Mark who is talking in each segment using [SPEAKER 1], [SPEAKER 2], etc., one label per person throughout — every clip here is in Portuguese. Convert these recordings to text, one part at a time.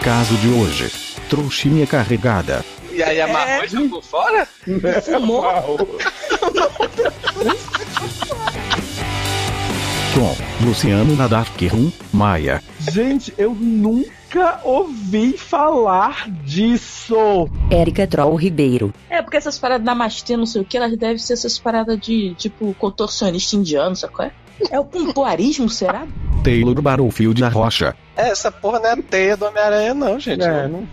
[SPEAKER 1] caso de hoje. Trouxinha carregada.
[SPEAKER 2] E aí amarrou e jogou fora?
[SPEAKER 3] Fumou?
[SPEAKER 1] Tom, Luciano na Dark Room, Maia.
[SPEAKER 4] Gente, eu nunca ouvi falar disso.
[SPEAKER 5] Érica Troll Ribeiro.
[SPEAKER 3] É, porque essas paradas da Namastê, não sei o que, elas devem ser essas paradas de, tipo, contorcionista indiano, sabe qual é? É o pompoarismo, será?
[SPEAKER 1] Taylor Barofield da Rocha.
[SPEAKER 2] É, essa porra não é a teia do Homem-Aranha, não, gente.
[SPEAKER 4] É, não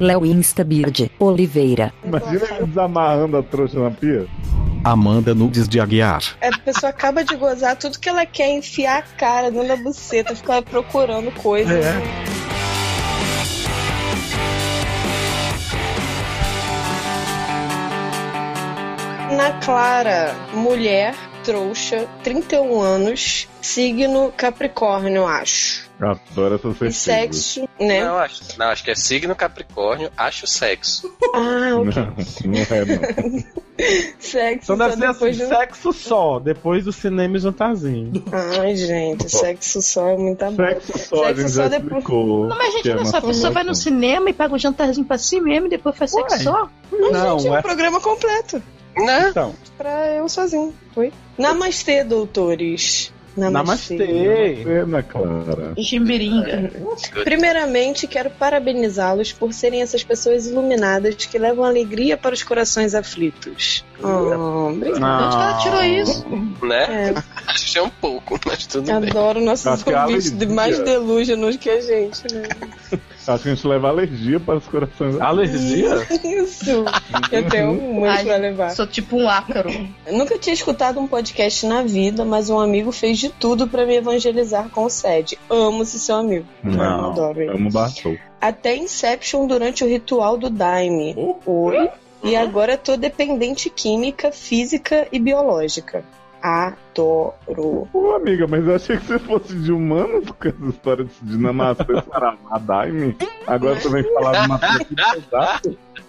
[SPEAKER 5] Léo Instabird Oliveira.
[SPEAKER 6] Imagina ele desamarrando a trouxa na pia.
[SPEAKER 1] Amanda Nudes de Aguiar.
[SPEAKER 7] A pessoa acaba de gozar tudo que ela quer, enfiar a cara dentro da buceta, ficar procurando
[SPEAKER 4] É.
[SPEAKER 7] coisas. Ana Clara, mulher, trouxa, 31 anos, signo Capricórnio, acho.
[SPEAKER 6] Adoro essa certeza.
[SPEAKER 7] E sexo, né?
[SPEAKER 2] Não, acho, não, acho que é signo Capricórnio, acho sexo.
[SPEAKER 7] Ah,
[SPEAKER 6] Não,
[SPEAKER 7] ok.
[SPEAKER 6] não é não.
[SPEAKER 7] Sexo
[SPEAKER 4] Então deve
[SPEAKER 7] só
[SPEAKER 4] ser
[SPEAKER 7] depois
[SPEAKER 4] assim,
[SPEAKER 7] do...
[SPEAKER 4] sexo só, depois do cinema e jantarzinho.
[SPEAKER 7] Ai, gente, sexo só é muita boa.
[SPEAKER 6] Sexo só, a
[SPEAKER 7] Sexo
[SPEAKER 6] gente
[SPEAKER 7] só
[SPEAKER 6] já
[SPEAKER 7] depois-
[SPEAKER 6] explicou.
[SPEAKER 8] Não, mas gente,
[SPEAKER 6] que é
[SPEAKER 8] olha só, a pessoa
[SPEAKER 6] masturbação.
[SPEAKER 8] vai no cinema e paga um jantarzinho pra si mesmo e depois faz sexo
[SPEAKER 4] Ué.
[SPEAKER 8] só?
[SPEAKER 4] Não,
[SPEAKER 7] Gente, é um
[SPEAKER 4] é
[SPEAKER 7] programa completo.
[SPEAKER 2] Né?
[SPEAKER 4] então.
[SPEAKER 7] Pra eu sozinho. Foi? Namastê, doutores. Namastê.
[SPEAKER 4] Namastê.
[SPEAKER 6] Pena, Clara.
[SPEAKER 8] Chimberinga.
[SPEAKER 7] Primeiramente, quero parabenizá-los por serem essas pessoas iluminadas que levam alegria para os corações aflitos. Oh, obrigada.
[SPEAKER 8] De onde que ela tirou isso?
[SPEAKER 2] Né?
[SPEAKER 7] É,
[SPEAKER 2] Acho que é um pouco, mas tudo bem.
[SPEAKER 7] adoro nossos
[SPEAKER 6] Acho que é
[SPEAKER 7] ouvintes de
[SPEAKER 6] alegria.
[SPEAKER 7] mais delúgenos que a gente, né?
[SPEAKER 6] Acho que a gente leva alergia para os corações.
[SPEAKER 4] Ah, Alergia?
[SPEAKER 7] Isso. Eu tenho um muito
[SPEAKER 8] Ai,
[SPEAKER 7] pra
[SPEAKER 4] É,
[SPEAKER 7] levar.
[SPEAKER 8] Sou tipo um ácaro.
[SPEAKER 7] Eu nunca tinha escutado um podcast na vida, mas um amigo fez de tudo pra me evangelizar com o SED. Amo esse seu amigo. Eu
[SPEAKER 6] Não,
[SPEAKER 7] adoro ele.
[SPEAKER 6] amo batou.
[SPEAKER 7] Até Inception durante o ritual do Daime. Oi. E agora tô dependente química, física e biológica. Adoro.
[SPEAKER 6] Ô, amiga, mas eu achei que você fosse de humanos com essa história de dinamastê para Madaime. Agora você vem falar de uma coisa que não dá.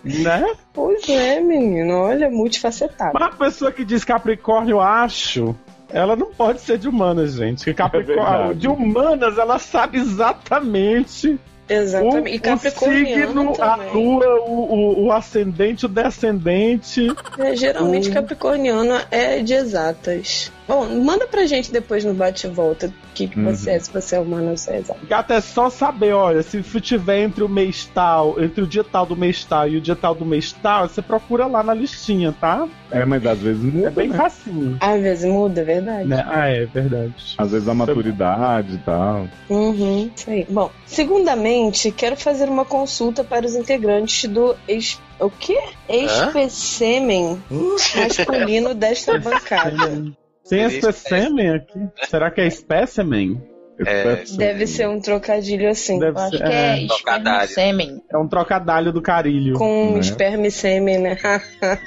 [SPEAKER 4] Né?
[SPEAKER 7] Pois é, menino. Olha, multifacetado.
[SPEAKER 4] Mas a pessoa que diz Capricórnio, acho. Ela não pode ser de humanas, gente. Que
[SPEAKER 6] É
[SPEAKER 4] Capricórnio,
[SPEAKER 6] verdade.
[SPEAKER 4] de humanas, ela sabe exatamente
[SPEAKER 7] Exatamente.
[SPEAKER 4] o,
[SPEAKER 7] e
[SPEAKER 4] o
[SPEAKER 7] Capricorniano
[SPEAKER 4] signo, a
[SPEAKER 7] também.
[SPEAKER 4] lua, o, o, o ascendente, o descendente.
[SPEAKER 7] É, geralmente
[SPEAKER 4] Hum.
[SPEAKER 7] Capricorniano é de exatas. Bom, manda pra gente depois no bate-volta o que, que
[SPEAKER 6] Uhum.
[SPEAKER 7] você é, se você é humano ou se é exato.
[SPEAKER 4] Gata, é só saber, olha, se f- tiver entre o mês tal, entre o dia tal do mês tal e o dia tal do mês tal, você procura lá na listinha, tá?
[SPEAKER 6] É, mas às vezes
[SPEAKER 4] É
[SPEAKER 6] muda,
[SPEAKER 4] bem
[SPEAKER 6] né?
[SPEAKER 4] facinho.
[SPEAKER 7] Às vezes muda, é verdade.
[SPEAKER 4] Né? Ah, é verdade.
[SPEAKER 6] Às vezes a maturidade e tal.
[SPEAKER 7] Uhum, isso aí. Bom, segundamente, quero fazer uma consulta para os integrantes do ex... o quê? Especêmen masculino desta bancada.
[SPEAKER 4] Tem
[SPEAKER 2] Seria
[SPEAKER 4] espécimen aqui? Será que é espécimen?
[SPEAKER 2] É,
[SPEAKER 6] Espécie-
[SPEAKER 7] Deve ser um trocadilho assim.
[SPEAKER 4] Deve
[SPEAKER 7] eu acho.
[SPEAKER 8] Que
[SPEAKER 4] ser.
[SPEAKER 8] é,
[SPEAKER 4] É,
[SPEAKER 8] esperma
[SPEAKER 2] Trocadalho.
[SPEAKER 8] sêmen.
[SPEAKER 4] é um trocadalho do carilho.
[SPEAKER 7] Com
[SPEAKER 6] Né?
[SPEAKER 7] esperma e sêmen, né?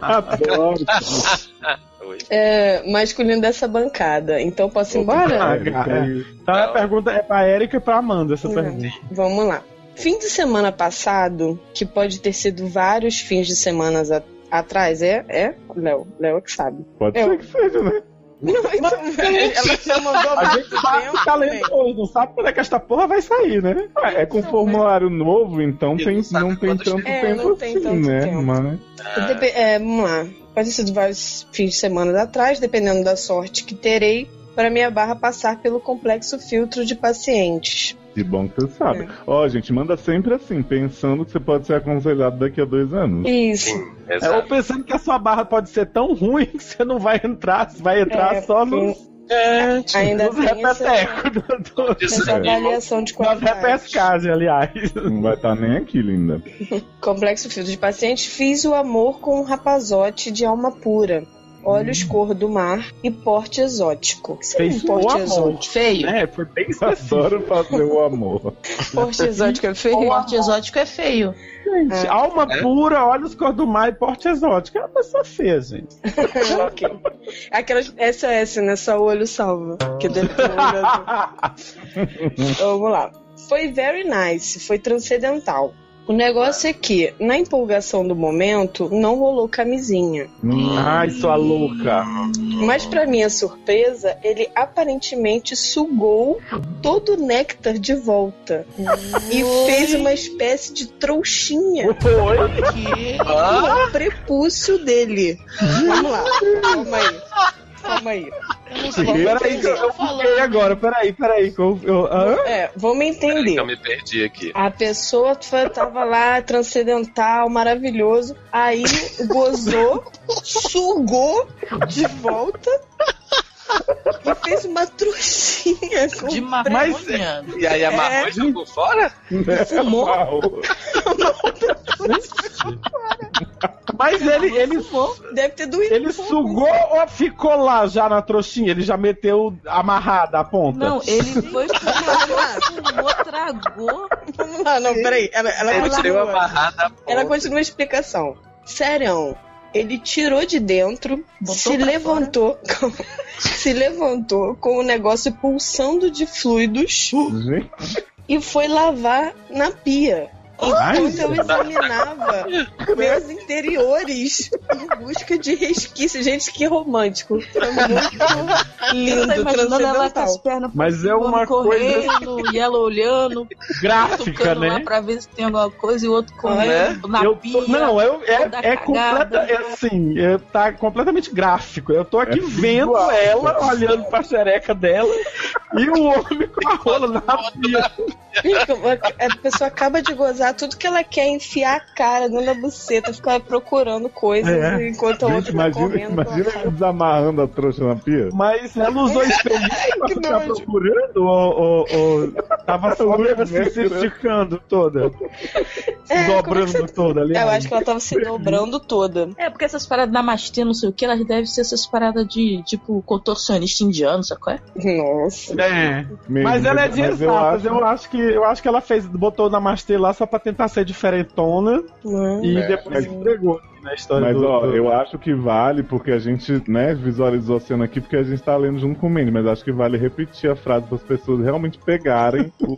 [SPEAKER 6] Adoro.
[SPEAKER 2] Oi.
[SPEAKER 7] É, masculino dessa bancada. Então posso ir
[SPEAKER 4] Ah,
[SPEAKER 7] embora?
[SPEAKER 4] cara. Então a pergunta é pra Erika e pra Amanda essa
[SPEAKER 7] Não.
[SPEAKER 4] pergunta.
[SPEAKER 7] Vamos lá. Fim de semana passado, que pode ter sido vários fins de semana atrás, é? É? Léo, Léo que sabe.
[SPEAKER 6] Pode
[SPEAKER 7] Eu-
[SPEAKER 6] ser que seja, né?
[SPEAKER 7] Não, então, ela já mandou
[SPEAKER 4] A gente sabe um o calendário, não sabe quando é que esta porra vai sair, né?
[SPEAKER 6] Ah, é com formulário novo, então
[SPEAKER 2] E
[SPEAKER 6] tem,
[SPEAKER 2] não sabe
[SPEAKER 6] não tem
[SPEAKER 2] quantos
[SPEAKER 6] tanto
[SPEAKER 7] É,
[SPEAKER 6] tempo
[SPEAKER 7] não tem
[SPEAKER 6] assim,
[SPEAKER 7] tanto
[SPEAKER 6] né?
[SPEAKER 7] tempo.
[SPEAKER 6] Mas
[SPEAKER 2] Ah,
[SPEAKER 7] Depe- é, vamos lá. Pode ter sido vários fins de semana atrás, dependendo da sorte que terei, para minha barra passar pelo complexo filtro de pacientes.
[SPEAKER 6] de bom que você
[SPEAKER 7] É.
[SPEAKER 6] sabe. Ó, gente, manda sempre assim, pensando que você pode ser aconselhado daqui a dois anos.
[SPEAKER 7] Isso.
[SPEAKER 4] É, ou
[SPEAKER 2] Exato.
[SPEAKER 4] pensando que a sua barra pode ser tão ruim que você não vai entrar, você vai entrar
[SPEAKER 7] É,
[SPEAKER 4] só nos,
[SPEAKER 2] Gente,
[SPEAKER 7] Ainda
[SPEAKER 4] nos
[SPEAKER 7] tem essa,
[SPEAKER 4] repetecos, do- do-
[SPEAKER 2] isso
[SPEAKER 7] essa
[SPEAKER 2] aí.
[SPEAKER 7] avaliação de
[SPEAKER 4] nas
[SPEAKER 7] qualidade.
[SPEAKER 4] repescagens, aliás.
[SPEAKER 6] Não vai estar nem aqui, linda.
[SPEAKER 7] Complexo filtro de pacientes, fiz o amor com um rapazote de alma pura. Olhos cor do mar e porte exótico. Que seria
[SPEAKER 4] Hum. Fez
[SPEAKER 7] um porte
[SPEAKER 4] o amor.
[SPEAKER 7] exótico?
[SPEAKER 8] Feio.
[SPEAKER 4] É, foi bem específico.
[SPEAKER 6] Adoro fazer o amor.
[SPEAKER 7] Porte exótico é
[SPEAKER 8] O
[SPEAKER 7] feio?
[SPEAKER 8] arte exótico é feio.
[SPEAKER 4] Gente,
[SPEAKER 7] É.
[SPEAKER 4] alma
[SPEAKER 2] É.
[SPEAKER 4] pura, olhos cor do mar e porte exótico. É uma pessoa feia, gente.
[SPEAKER 7] Ok. Aquelas SS, né? Só o olho salva. Que deve ter um Então, olho azul. Vamos lá. Foi very nice, foi transcendental. O negócio é que, na empolgação do momento, não rolou camisinha.
[SPEAKER 4] Ai, sua louca.
[SPEAKER 7] Mas, pra minha surpresa, ele aparentemente sugou todo o néctar de volta. E fez uma espécie de trouxinha
[SPEAKER 4] Oi?
[SPEAKER 8] Que...
[SPEAKER 2] Ah,
[SPEAKER 7] no prepúcio dele. Vamos lá, calma aí. Calma aí.
[SPEAKER 8] Eu não sei o que
[SPEAKER 4] Peraí,
[SPEAKER 8] vocês
[SPEAKER 4] que eu
[SPEAKER 8] estão
[SPEAKER 4] fiquei
[SPEAKER 8] falando.
[SPEAKER 4] agora. Peraí, peraí. que Eu, eu, ah, hã?
[SPEAKER 7] É, vamos
[SPEAKER 2] peraí
[SPEAKER 7] entender.
[SPEAKER 2] que eu me perdi aqui.
[SPEAKER 7] A pessoa fa- tava lá, transcendental, maravilhoso. Aí gozou, sugou de volta e fez uma trouxinha com
[SPEAKER 8] De maconha.
[SPEAKER 2] maconha. E aí amarrou
[SPEAKER 7] É.
[SPEAKER 2] e jogou fora?
[SPEAKER 4] né?
[SPEAKER 7] fumou.
[SPEAKER 4] Uau. Mas ele, ele,
[SPEAKER 7] Deve ter doído. um né?
[SPEAKER 4] ele sugou ou ficou lá já na trouxinha? Ele já meteu amarrada a ponta?
[SPEAKER 3] Não, ele foi fumou, fumou, tragou.
[SPEAKER 7] Vamos lá, Ah, não, peraí. Ela, ela
[SPEAKER 2] Ele deu
[SPEAKER 7] continua.
[SPEAKER 2] amarrada a
[SPEAKER 7] Ela
[SPEAKER 2] ponta.
[SPEAKER 7] continua a explicação. Sério, ele tirou de dentro,
[SPEAKER 8] Botou
[SPEAKER 7] se
[SPEAKER 8] pra
[SPEAKER 7] levantou, se levantou com o negócio pulsando de fluidos.
[SPEAKER 6] Gente,
[SPEAKER 7] e foi lavar na pia. Enquanto eu examinava meus interiores em busca de resquício. Gente, que romântico. Foi muito
[SPEAKER 3] Eu tô
[SPEAKER 7] lindo,
[SPEAKER 3] imaginando ela com as
[SPEAKER 7] transcendental.
[SPEAKER 3] pernas
[SPEAKER 4] Mas é uma coisa
[SPEAKER 3] correndo, e ela olhando,
[SPEAKER 4] gráfica,
[SPEAKER 3] tocando lá
[SPEAKER 4] né?
[SPEAKER 3] pra ver se tem alguma coisa, e o outro correndo na
[SPEAKER 4] Eu tô-
[SPEAKER 3] pia.
[SPEAKER 4] não, eu, é,
[SPEAKER 3] toda cagada.
[SPEAKER 4] é, completa, é assim, é, tá completamente gráfico. Eu tô aqui
[SPEAKER 6] É
[SPEAKER 4] vendo
[SPEAKER 6] visual.
[SPEAKER 4] ela, olhando pra xereca dela, e o homem com a rola na pia.
[SPEAKER 7] A pessoa acaba de gozar tudo que ela quer, enfiar a cara dentro da buceta, ficar procurando coisas
[SPEAKER 4] É.
[SPEAKER 7] enquanto a
[SPEAKER 6] gente
[SPEAKER 7] outra tá
[SPEAKER 6] imagina,
[SPEAKER 7] correndo.
[SPEAKER 6] imagina ele desamarrando a trouxa na pia.
[SPEAKER 4] Mas ela usou espelhinho pra
[SPEAKER 7] Que
[SPEAKER 4] ficar
[SPEAKER 7] nojo.
[SPEAKER 4] procurando, ou, ou- ou- tava só mesmo assim, se esticando toda,
[SPEAKER 7] É, como é que
[SPEAKER 4] dobrando
[SPEAKER 7] você-
[SPEAKER 4] toda ali.
[SPEAKER 7] Eu acho que ela tava se dobrando toda.
[SPEAKER 3] É, porque essas paradas de namastê, não sei o que, elas devem ser essas paradas de, tipo, contorcionista indiano, sacou? É?
[SPEAKER 7] Nossa.
[SPEAKER 4] É.
[SPEAKER 6] Mesmo,
[SPEAKER 4] Mas ela é de
[SPEAKER 6] mas
[SPEAKER 4] exatas, eu, acho que eu acho que ela fez, botou na Namastê lá só pra tentar ser diferentona
[SPEAKER 7] Não.
[SPEAKER 4] e
[SPEAKER 2] É,
[SPEAKER 4] depois
[SPEAKER 6] mas-
[SPEAKER 4] entregou aqui na história
[SPEAKER 6] Mas
[SPEAKER 4] do,
[SPEAKER 6] ó,
[SPEAKER 4] do-
[SPEAKER 6] eu acho que vale, porque a gente, né, visualizou a cena aqui, porque a gente tá lendo junto com o Mandy, mas acho que vale repetir a frase para as pessoas realmente pegarem o.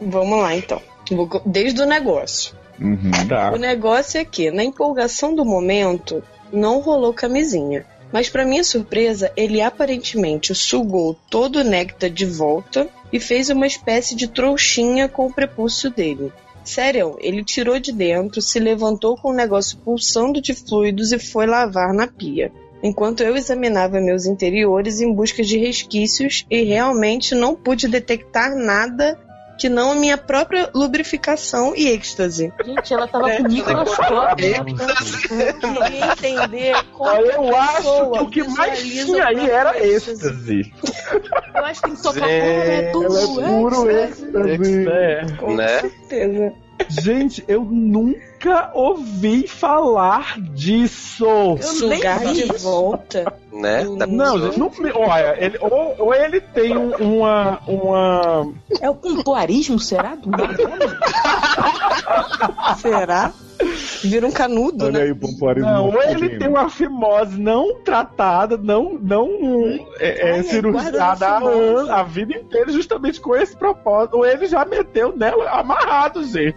[SPEAKER 7] Vamos lá, então. Vou co- Desde o negócio.
[SPEAKER 6] Uhum.
[SPEAKER 4] Tá.
[SPEAKER 7] O negócio é que, na empolgação do momento, não rolou camisinha. Mas, pra minha surpresa, ele aparentemente sugou todo o néctar de volta e fez uma espécie de trouxinha com o prepúcio dele. Sério, ele tirou de dentro, se levantou com o negócio pulsando de fluidos e foi lavar na pia. Enquanto eu examinava meus interiores em busca de resquícios e realmente não pude detectar nada que não a minha própria lubrificação e êxtase.
[SPEAKER 3] Gente, ela tava
[SPEAKER 7] É,
[SPEAKER 3] com microscópio.
[SPEAKER 7] queria entender como
[SPEAKER 4] Olha,
[SPEAKER 7] que
[SPEAKER 4] Ah, eu
[SPEAKER 7] a
[SPEAKER 4] acho
[SPEAKER 7] pessoa
[SPEAKER 4] que o que mais
[SPEAKER 7] visualiza
[SPEAKER 4] tinha aí
[SPEAKER 7] o
[SPEAKER 4] era
[SPEAKER 7] próprio
[SPEAKER 4] êxtase.
[SPEAKER 3] Eu acho que tem que tocar é,
[SPEAKER 6] Ela é puro êxtase.
[SPEAKER 2] Né?
[SPEAKER 7] Certeza.
[SPEAKER 4] Gente, eu nunca ouvi falar disso.
[SPEAKER 3] Eu
[SPEAKER 7] Sugar
[SPEAKER 3] nem vi
[SPEAKER 7] de
[SPEAKER 3] isso.
[SPEAKER 7] volta.
[SPEAKER 2] Né? Da
[SPEAKER 4] Não,
[SPEAKER 2] pessoa.
[SPEAKER 4] gente, não, olha, ele, ou, ou ele tem um- uma, uma.
[SPEAKER 3] É o pompoarismo, será? Do nada?
[SPEAKER 7] Será? Vira um canudo,
[SPEAKER 6] Olha
[SPEAKER 7] né?
[SPEAKER 6] aí o pompoarismo.
[SPEAKER 4] Não, ou ele
[SPEAKER 6] masculino.
[SPEAKER 4] tem um uma fimose não tratada, não, não é, é
[SPEAKER 7] Ai, é
[SPEAKER 4] cirurgiada
[SPEAKER 7] guarda
[SPEAKER 4] há
[SPEAKER 7] da fimose.
[SPEAKER 4] an- a vida inteira, justamente com esse propósito. Ou ele já meteu nela amarrado, gente.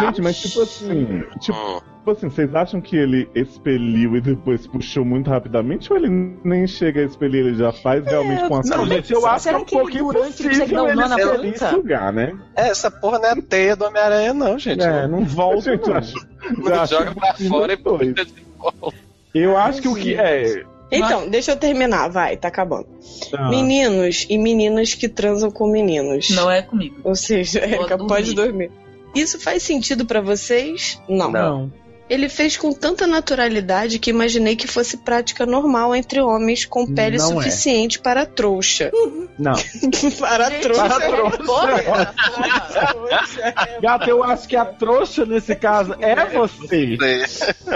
[SPEAKER 6] Gente, mas tipo assim, tipo,
[SPEAKER 2] Hum.
[SPEAKER 6] tipo assim, vocês acham que ele expeliu e depois puxou muito rapidamente? Ou ele nem chega a expelir, ele já faz realmente com a
[SPEAKER 4] Não, gente, eu
[SPEAKER 3] será
[SPEAKER 4] acho que é um
[SPEAKER 3] que ele
[SPEAKER 4] pouco
[SPEAKER 3] durante ele consegue dar
[SPEAKER 4] impossível
[SPEAKER 3] um
[SPEAKER 4] ele
[SPEAKER 3] nó na
[SPEAKER 4] ser
[SPEAKER 3] boca?
[SPEAKER 4] isso.
[SPEAKER 6] sugar, né?
[SPEAKER 2] É, essa porra não é a teia do Homem-Aranha, não, gente.
[SPEAKER 4] É, não volta,
[SPEAKER 6] Gente, eu
[SPEAKER 4] não.
[SPEAKER 6] acho-
[SPEAKER 2] Não
[SPEAKER 6] eu acho
[SPEAKER 2] joga pra
[SPEAKER 6] que
[SPEAKER 2] fora e
[SPEAKER 6] dois.
[SPEAKER 2] puxa de volta.
[SPEAKER 4] Eu acho que o que é.
[SPEAKER 7] Então, deixa eu terminar, vai, tá acabando.
[SPEAKER 4] Ah.
[SPEAKER 7] Meninos e meninas que transam com meninos.
[SPEAKER 8] Não é comigo.
[SPEAKER 7] Ou seja, é
[SPEAKER 8] Pode
[SPEAKER 7] capaz de dormir. Isso faz sentido pra vocês? Não.
[SPEAKER 2] Não.
[SPEAKER 7] Ele fez com tanta naturalidade que imaginei que fosse prática normal entre homens com pele
[SPEAKER 4] Não é.
[SPEAKER 7] suficiente para a trouxa.
[SPEAKER 4] Não.
[SPEAKER 7] para a Tá trouxa.
[SPEAKER 8] isso é
[SPEAKER 4] trouxa.
[SPEAKER 8] vergonha, porra.
[SPEAKER 4] Gata, ah. eu acho que a trouxa nesse caso é você.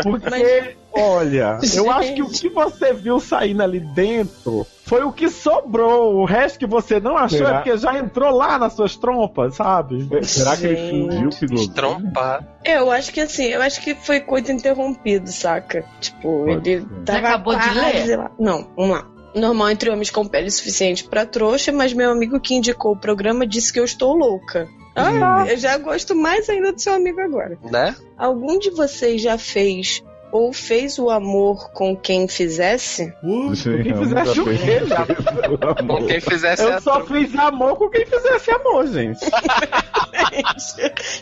[SPEAKER 4] Porque, olha, eu acho que o que você viu saindo ali dentro foi o que sobrou. O resto que você não achou
[SPEAKER 6] Será?
[SPEAKER 4] é porque já entrou lá nas suas trompas, sabe?
[SPEAKER 6] Será que ele
[SPEAKER 7] Gente.
[SPEAKER 6] fingiu que gostou?
[SPEAKER 2] Trompar.
[SPEAKER 7] É, Eu acho que assim, eu acho que foi coito interrompido, saca? Tipo,
[SPEAKER 6] Pode
[SPEAKER 7] ele
[SPEAKER 6] ser.
[SPEAKER 7] tava.
[SPEAKER 8] acabou de
[SPEAKER 7] quase
[SPEAKER 8] ler?
[SPEAKER 7] lá. Não, vamos lá. Normal entre homens com pele suficiente pra trouxa, mas meu amigo que indicou o programa disse que eu estou louca.
[SPEAKER 6] Hum.
[SPEAKER 7] Ah, eu já gosto mais ainda do seu amigo agora.
[SPEAKER 2] Né?
[SPEAKER 7] Algum de vocês já fez ou fez o amor com quem fizesse?
[SPEAKER 9] Uh,
[SPEAKER 4] Quem fizesse o quê, viado?
[SPEAKER 2] Com quem fizesse a
[SPEAKER 4] um Eu só
[SPEAKER 2] troca.
[SPEAKER 4] fiz amor com quem fizesse amor, gente.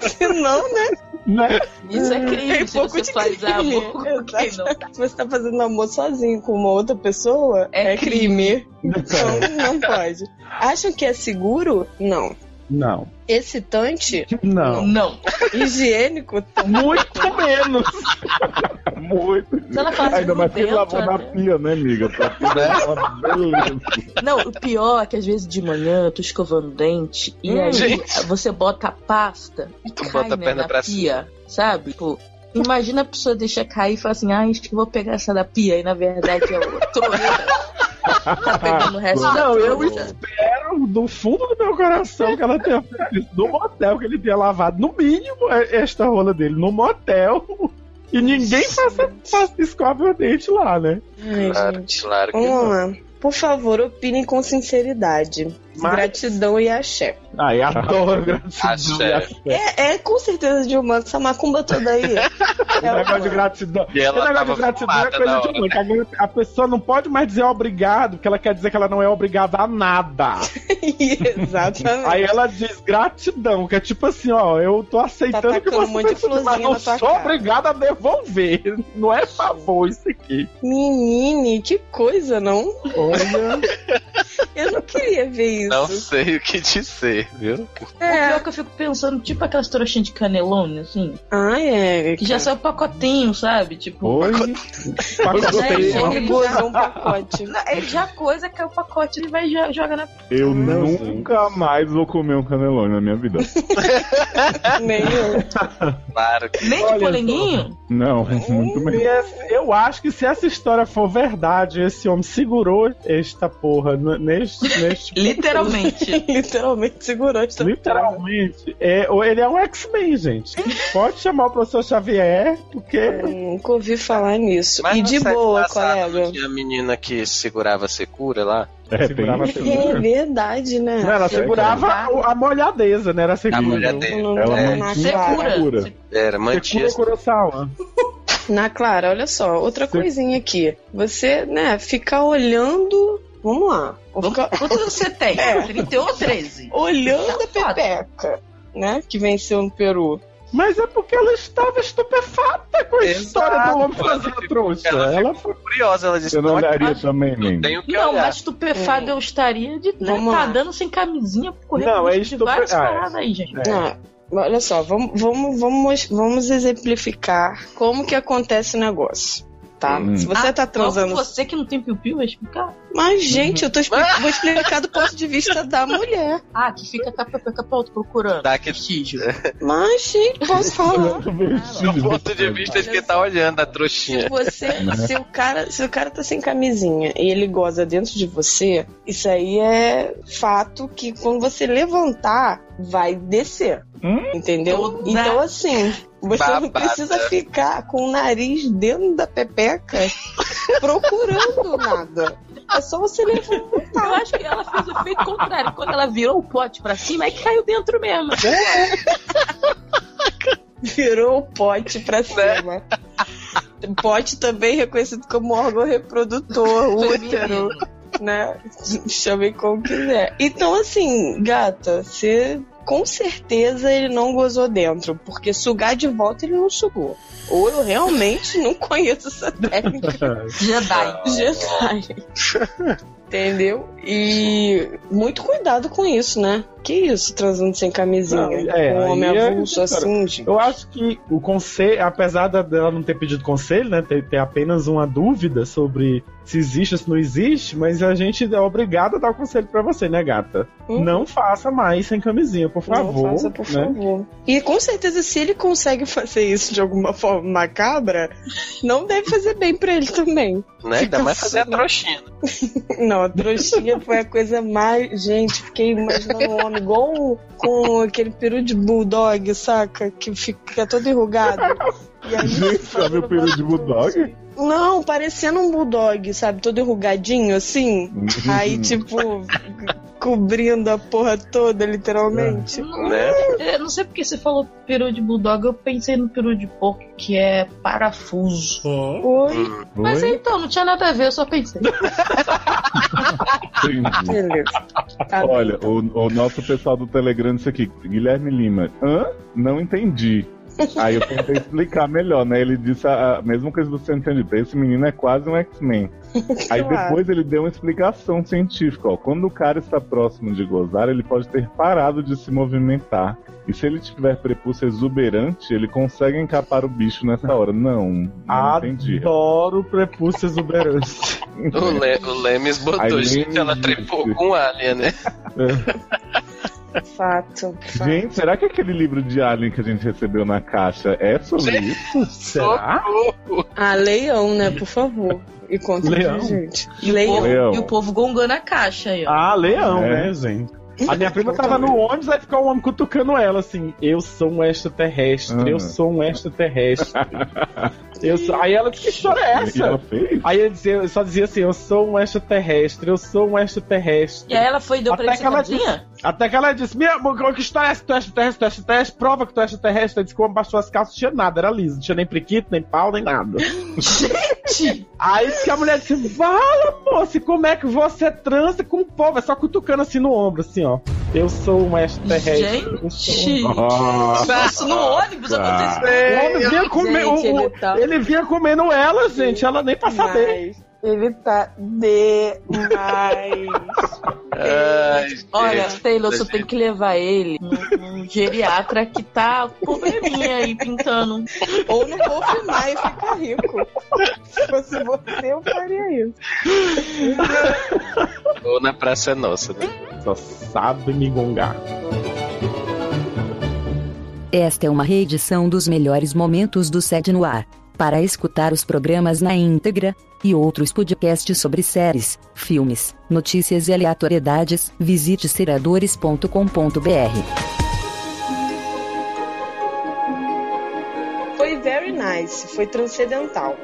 [SPEAKER 7] Se não, né?
[SPEAKER 4] Né?
[SPEAKER 3] Isso é crime,
[SPEAKER 7] Tem
[SPEAKER 3] se
[SPEAKER 7] pouco
[SPEAKER 3] você
[SPEAKER 7] de
[SPEAKER 3] faz
[SPEAKER 7] crime.
[SPEAKER 3] amor com quem não tá.
[SPEAKER 7] Se você tá fazendo amor sozinho com uma outra pessoa,
[SPEAKER 3] É
[SPEAKER 7] é, crime. Então, não pode. Acham que é seguro? Não.
[SPEAKER 4] Não.
[SPEAKER 7] Excitante?
[SPEAKER 4] Não.
[SPEAKER 3] Não.
[SPEAKER 7] Higiênico?
[SPEAKER 4] Muito menos.
[SPEAKER 6] Muito.
[SPEAKER 3] Se ela faz
[SPEAKER 6] Ainda mais que ele
[SPEAKER 3] grudento,
[SPEAKER 6] lavou na
[SPEAKER 3] né?
[SPEAKER 6] pia, né, amiga? Tá tudo beleza.
[SPEAKER 3] Não, o pior é que às vezes de manhã eu tô escovando o dente e
[SPEAKER 2] Hum,
[SPEAKER 3] aí
[SPEAKER 2] gente.
[SPEAKER 3] você bota a pasta e
[SPEAKER 2] Tu
[SPEAKER 3] cai
[SPEAKER 2] bota a
[SPEAKER 3] né,
[SPEAKER 2] perna
[SPEAKER 3] na
[SPEAKER 2] pra
[SPEAKER 3] pia, sabe? Tipo, imagina a pessoa deixar cair e falar assim, ah, acho que eu vou pegar essa da pia e na verdade é outra. tá pegando o resto da
[SPEAKER 4] Não, eu
[SPEAKER 3] fruta.
[SPEAKER 4] espero do fundo do meu coração que ela tenha feito isso. No motel que ele tenha lavado, no mínimo, é- esta rola dele. No motel. E ninguém faça, faça escove o dente lá, né?
[SPEAKER 7] Ai,
[SPEAKER 2] Claro,
[SPEAKER 7] gente.
[SPEAKER 2] claro que
[SPEAKER 4] Um.
[SPEAKER 7] Vamos
[SPEAKER 2] não.
[SPEAKER 7] lá. Por favor, opinem com sinceridade.
[SPEAKER 4] Mas-
[SPEAKER 7] Gratidão e axé.
[SPEAKER 4] Ai, Ah, adoro
[SPEAKER 2] Axé.
[SPEAKER 4] gratidão. e axé.
[SPEAKER 7] É, é com certeza de humano essa macumba toda aí. É
[SPEAKER 4] O negócio de gratidão.
[SPEAKER 2] E ela
[SPEAKER 4] o negócio
[SPEAKER 2] tava
[SPEAKER 4] de gratidão é
[SPEAKER 2] fumada
[SPEAKER 4] coisa
[SPEAKER 2] na
[SPEAKER 4] de humano. que agora A pessoa não pode mais dizer obrigado, porque ela quer dizer que ela não é obrigada a nada.
[SPEAKER 7] Exatamente.
[SPEAKER 4] Aí ela diz gratidão, que é tipo assim, ó, eu tô aceitando
[SPEAKER 7] Tá
[SPEAKER 4] que
[SPEAKER 7] tacando
[SPEAKER 4] você
[SPEAKER 7] um monte de
[SPEAKER 4] fez isso,
[SPEAKER 7] florzinha
[SPEAKER 4] mas não
[SPEAKER 7] na tua
[SPEAKER 4] sou
[SPEAKER 7] cara.
[SPEAKER 4] obrigada a devolver. Não é favor isso aqui.
[SPEAKER 7] Menine, que coisa, não?
[SPEAKER 4] Olha,
[SPEAKER 7] Eu não queria ver
[SPEAKER 2] Não
[SPEAKER 7] isso.
[SPEAKER 2] sei o que dizer, viu?
[SPEAKER 3] O pior
[SPEAKER 7] É.
[SPEAKER 3] é que eu fico pensando, tipo aquelas trouxinhas de canelone, assim,
[SPEAKER 7] Ai, é.
[SPEAKER 3] que já saiu pacotinho, sabe? Tipo,
[SPEAKER 4] oi.
[SPEAKER 3] Gostei.
[SPEAKER 7] Ele
[SPEAKER 4] Pacoteiro.
[SPEAKER 7] rigorou um pacote.
[SPEAKER 3] Não, ele é já coisa, caiu o pacote, ele vai e já- joga na.
[SPEAKER 6] Eu
[SPEAKER 4] Não,
[SPEAKER 6] nunca mais vou comer um canelone na minha vida.
[SPEAKER 7] Nem eu.
[SPEAKER 2] Claro que
[SPEAKER 3] Nem
[SPEAKER 4] Olha
[SPEAKER 3] de
[SPEAKER 4] só.
[SPEAKER 3] polenguinho?
[SPEAKER 6] Não, muito
[SPEAKER 4] E
[SPEAKER 6] menos.
[SPEAKER 4] esse- é- Eu acho que se essa história for verdade, esse homem segurou esta porra n- neste, neste
[SPEAKER 3] Literalmente.
[SPEAKER 7] Literalmente segurou esta
[SPEAKER 4] Literalmente, é, ou ele é um X-Men, gente. Pode chamar o professor Xavier, porque.
[SPEAKER 2] É.
[SPEAKER 4] né,
[SPEAKER 7] porra. Nunca ouvi falar nisso.
[SPEAKER 2] Mas
[SPEAKER 7] e
[SPEAKER 2] no
[SPEAKER 7] de
[SPEAKER 2] século
[SPEAKER 7] boa,
[SPEAKER 2] passado
[SPEAKER 7] colega.
[SPEAKER 2] Tinha a menina que segurava a secura lá.
[SPEAKER 6] É,
[SPEAKER 4] Segurava
[SPEAKER 6] tem-
[SPEAKER 7] É verdade, né?
[SPEAKER 4] Não, ela segurava
[SPEAKER 3] cara.
[SPEAKER 4] a, a molhadeza, né?
[SPEAKER 2] Tá.
[SPEAKER 4] Era
[SPEAKER 2] A
[SPEAKER 4] segura.
[SPEAKER 2] mulher
[SPEAKER 7] Eu
[SPEAKER 2] dele.
[SPEAKER 7] não
[SPEAKER 6] Ela
[SPEAKER 7] tô
[SPEAKER 2] É.
[SPEAKER 7] na
[SPEAKER 6] mantinha
[SPEAKER 7] clara.
[SPEAKER 3] Secura.
[SPEAKER 6] a cura.
[SPEAKER 2] Era, mantinha.
[SPEAKER 4] Sekura Kurosawa.
[SPEAKER 7] Na Clara, olha só, outra
[SPEAKER 4] Você-
[SPEAKER 7] coisinha aqui. Você, né, ficar olhando. Vamos lá. Ou
[SPEAKER 3] Vamos-
[SPEAKER 7] ficar
[SPEAKER 3] Quanto você tem? 31 ou 13?
[SPEAKER 7] olhando a
[SPEAKER 3] Safada.
[SPEAKER 7] Pepeca, né? Que venceu no Peru.
[SPEAKER 4] Mas é porque ela estava estupefata com a
[SPEAKER 2] Exato.
[SPEAKER 4] história do homem fazendo
[SPEAKER 2] Ela
[SPEAKER 4] trouxa.
[SPEAKER 2] ela
[SPEAKER 4] Ela foi
[SPEAKER 2] Curiosa, ela disse:
[SPEAKER 6] Eu não
[SPEAKER 2] não,
[SPEAKER 6] olharia
[SPEAKER 2] acho-
[SPEAKER 6] também,
[SPEAKER 2] não
[SPEAKER 6] nem.
[SPEAKER 2] tenho o que
[SPEAKER 3] Não,
[SPEAKER 2] olhar.
[SPEAKER 3] mas estupefado eu estaria de né,
[SPEAKER 7] Vamos lá.
[SPEAKER 3] nadando sem camisinha por correr
[SPEAKER 4] Não, é
[SPEAKER 3] risco de várias
[SPEAKER 4] estupe- ah, é.
[SPEAKER 3] paradas aí, gente.
[SPEAKER 4] É.
[SPEAKER 7] Ah, olha só, vamos, vamos, vamos, vamos exemplificar como que acontece o negócio. Tá?
[SPEAKER 6] Hum.
[SPEAKER 7] Se você tá transando.
[SPEAKER 3] Não, Você que não tem piu-piu vai explicar?
[SPEAKER 7] Mas, gente, eu tô expli- vou explicar do ponto de vista da mulher.
[SPEAKER 3] Ah, que fica capa capa alto procurando.
[SPEAKER 2] Dá que-
[SPEAKER 3] Prestígio.
[SPEAKER 7] Mas, gente, posso
[SPEAKER 6] um
[SPEAKER 7] falar.
[SPEAKER 2] Do ponto de vista de quem tá olhando a
[SPEAKER 7] Se
[SPEAKER 2] trouxinha.
[SPEAKER 7] você. Se o, cara, se o cara tá sem camisinha e ele goza dentro de você, isso aí é fato que quando você levantar, vai descer.
[SPEAKER 6] Hum?
[SPEAKER 7] Entendeu?
[SPEAKER 3] Toda.
[SPEAKER 7] Então, assim, você não
[SPEAKER 2] Babada.
[SPEAKER 7] precisa ficar com o nariz dentro da pepeca procurando nada. É só você levantar.
[SPEAKER 3] Eu acho que ela fez o efeito contrário. Quando ela virou o pote pra cima, é que caiu dentro mesmo.
[SPEAKER 7] Virou o pote pra cima. Pote também é reconhecido como órgão reprodutor,
[SPEAKER 3] Feminino.
[SPEAKER 7] útero, né? Chame como quiser. Então, assim, gata, você com certeza ele não gozou dentro, porque sugar de volta ele não sugou. Ou eu realmente não conheço essa técnica
[SPEAKER 4] É.
[SPEAKER 3] Jedi.
[SPEAKER 7] de Jedi. Entendeu? E muito cuidado com isso, né? Que isso, transando sem camisinha?
[SPEAKER 4] Não, é,
[SPEAKER 7] com homem
[SPEAKER 4] aí é
[SPEAKER 7] avulso
[SPEAKER 4] outra
[SPEAKER 7] assim, gente.
[SPEAKER 4] Eu acho que o conselho, apesar da- dela não ter pedido conselho, né? Ter, ter apenas uma dúvida sobre se existe ou se não existe, mas a gente é obrigado a dar o conselho pra você, né, gata?
[SPEAKER 7] Hum.
[SPEAKER 4] Não faça mais sem camisinha, por favor.
[SPEAKER 7] não faça, por
[SPEAKER 4] né?
[SPEAKER 7] favor. E com certeza, se ele consegue fazer isso de alguma forma macabra, não deve fazer bem pra ele também.
[SPEAKER 2] Né? Ainda mais fazer a trouxinha.
[SPEAKER 7] Não, a trouxinha foi a coisa mais. Gente, fiquei imaginando um homem igual um- com aquele peru de bulldog, saca? Que fica todo enrugado. E aí,
[SPEAKER 6] Gente, sabe o peru de bulldog?
[SPEAKER 7] Não, parecendo um bulldog, sabe? Todo enrugadinho assim.
[SPEAKER 6] Uhum.
[SPEAKER 7] Aí, tipo, cobrindo a porra toda,
[SPEAKER 6] É.
[SPEAKER 7] literalmente.
[SPEAKER 2] Né?
[SPEAKER 3] Eu não sei porque você falou peru de bulldog, eu pensei no peru de porco, que é parafuso.
[SPEAKER 7] Oi,
[SPEAKER 2] Hum.
[SPEAKER 3] Mas
[SPEAKER 6] Oi?
[SPEAKER 3] então, não tinha nada a ver, eu só pensei.
[SPEAKER 6] Entendi.
[SPEAKER 7] beleza. Tá bem.
[SPEAKER 6] Olha, o, o nosso pessoal do Telegram disse aqui, Guilherme Lima, hã? Não entendi. Aí eu tentei explicar melhor, né? Ele disse a, a mesma coisa que você entendeu. Esse menino é quase um X-Men. Aí
[SPEAKER 7] Claro.
[SPEAKER 6] depois ele deu uma explicação científica, ó. Quando o cara está próximo de gozar, ele pode ter parado de se movimentar. E se ele tiver prepúcio exuberante, ele consegue encapar o bicho nessa hora. Não, não
[SPEAKER 4] Ah,
[SPEAKER 6] entendi.
[SPEAKER 4] Adoro prepúcio exuberante.
[SPEAKER 2] O, Le, o Lemes botou,
[SPEAKER 6] Aí,
[SPEAKER 2] gente, ela
[SPEAKER 6] gente.
[SPEAKER 2] trepou com alien, né?
[SPEAKER 7] Fato. fato.
[SPEAKER 6] Gente, será que aquele livro de Alien que a gente recebeu na caixa é sobre isso?
[SPEAKER 4] Será?
[SPEAKER 7] Ah, leão, né? Por favor. E conta
[SPEAKER 4] Leão?
[SPEAKER 7] pra gente.
[SPEAKER 3] E o, povo,
[SPEAKER 6] Leão.
[SPEAKER 3] e o povo gongando a caixa aí, ó.
[SPEAKER 4] Ah, leão,
[SPEAKER 6] É.
[SPEAKER 4] né, gente? A minha prima tava no ônibus, aí ficou o homem cutucando ela, assim, eu sou um extraterrestre,
[SPEAKER 6] Ah.
[SPEAKER 4] eu sou um extraterrestre. eu sou... Aí ela disse, que história é
[SPEAKER 6] E ela
[SPEAKER 4] essa?
[SPEAKER 6] fez?
[SPEAKER 4] Aí ele dizia, só dizia assim, eu sou um extraterrestre, eu sou um extraterrestre.
[SPEAKER 3] E aí ela foi e deu pra ele
[SPEAKER 4] Até que ela
[SPEAKER 3] sacadinha?
[SPEAKER 4] Até que ela disse, minha, amor, que história é essa? Tu é extraterrestre, tu é extraterrestre, prova que tu é extraterrestre. Aí disse que o homem baixou as calças, tinha nada, era liso, não tinha nem priquito, nem pau, nem nada.
[SPEAKER 3] Gente!
[SPEAKER 4] Aí disse que a mulher disse, fala, moça, como é que você transa com o povo? É só cutucando assim no ombro, assim, ó. Eu sou um extraterrestre. eu sou um-
[SPEAKER 3] Gente! Isso no ônibus aconteceu.
[SPEAKER 4] O homem vinha comer- o- o-
[SPEAKER 7] é Gente,
[SPEAKER 4] ele,
[SPEAKER 7] ele tá-
[SPEAKER 4] vinha comendo ela, gente, ela nem pra saber.
[SPEAKER 7] Mas ele tá demais.
[SPEAKER 2] Ai,
[SPEAKER 3] Olha,
[SPEAKER 2] gente.
[SPEAKER 3] Taylor, você tem que levar ele num num geriatra que tá com probleminha aí pintando.
[SPEAKER 7] Ou não vou filmar e ficar rico. Se fosse você, eu faria isso.
[SPEAKER 2] Ou na Praça é Nossa, né?
[SPEAKER 4] Só sabe me gongar.
[SPEAKER 5] Esta é uma reedição dos melhores momentos do Sede no Ar. Para escutar os programas na íntegra e outros podcasts sobre séries, filmes, notícias e aleatoriedades, visite seradores.com.br.
[SPEAKER 7] Foi very nice, foi transcendental.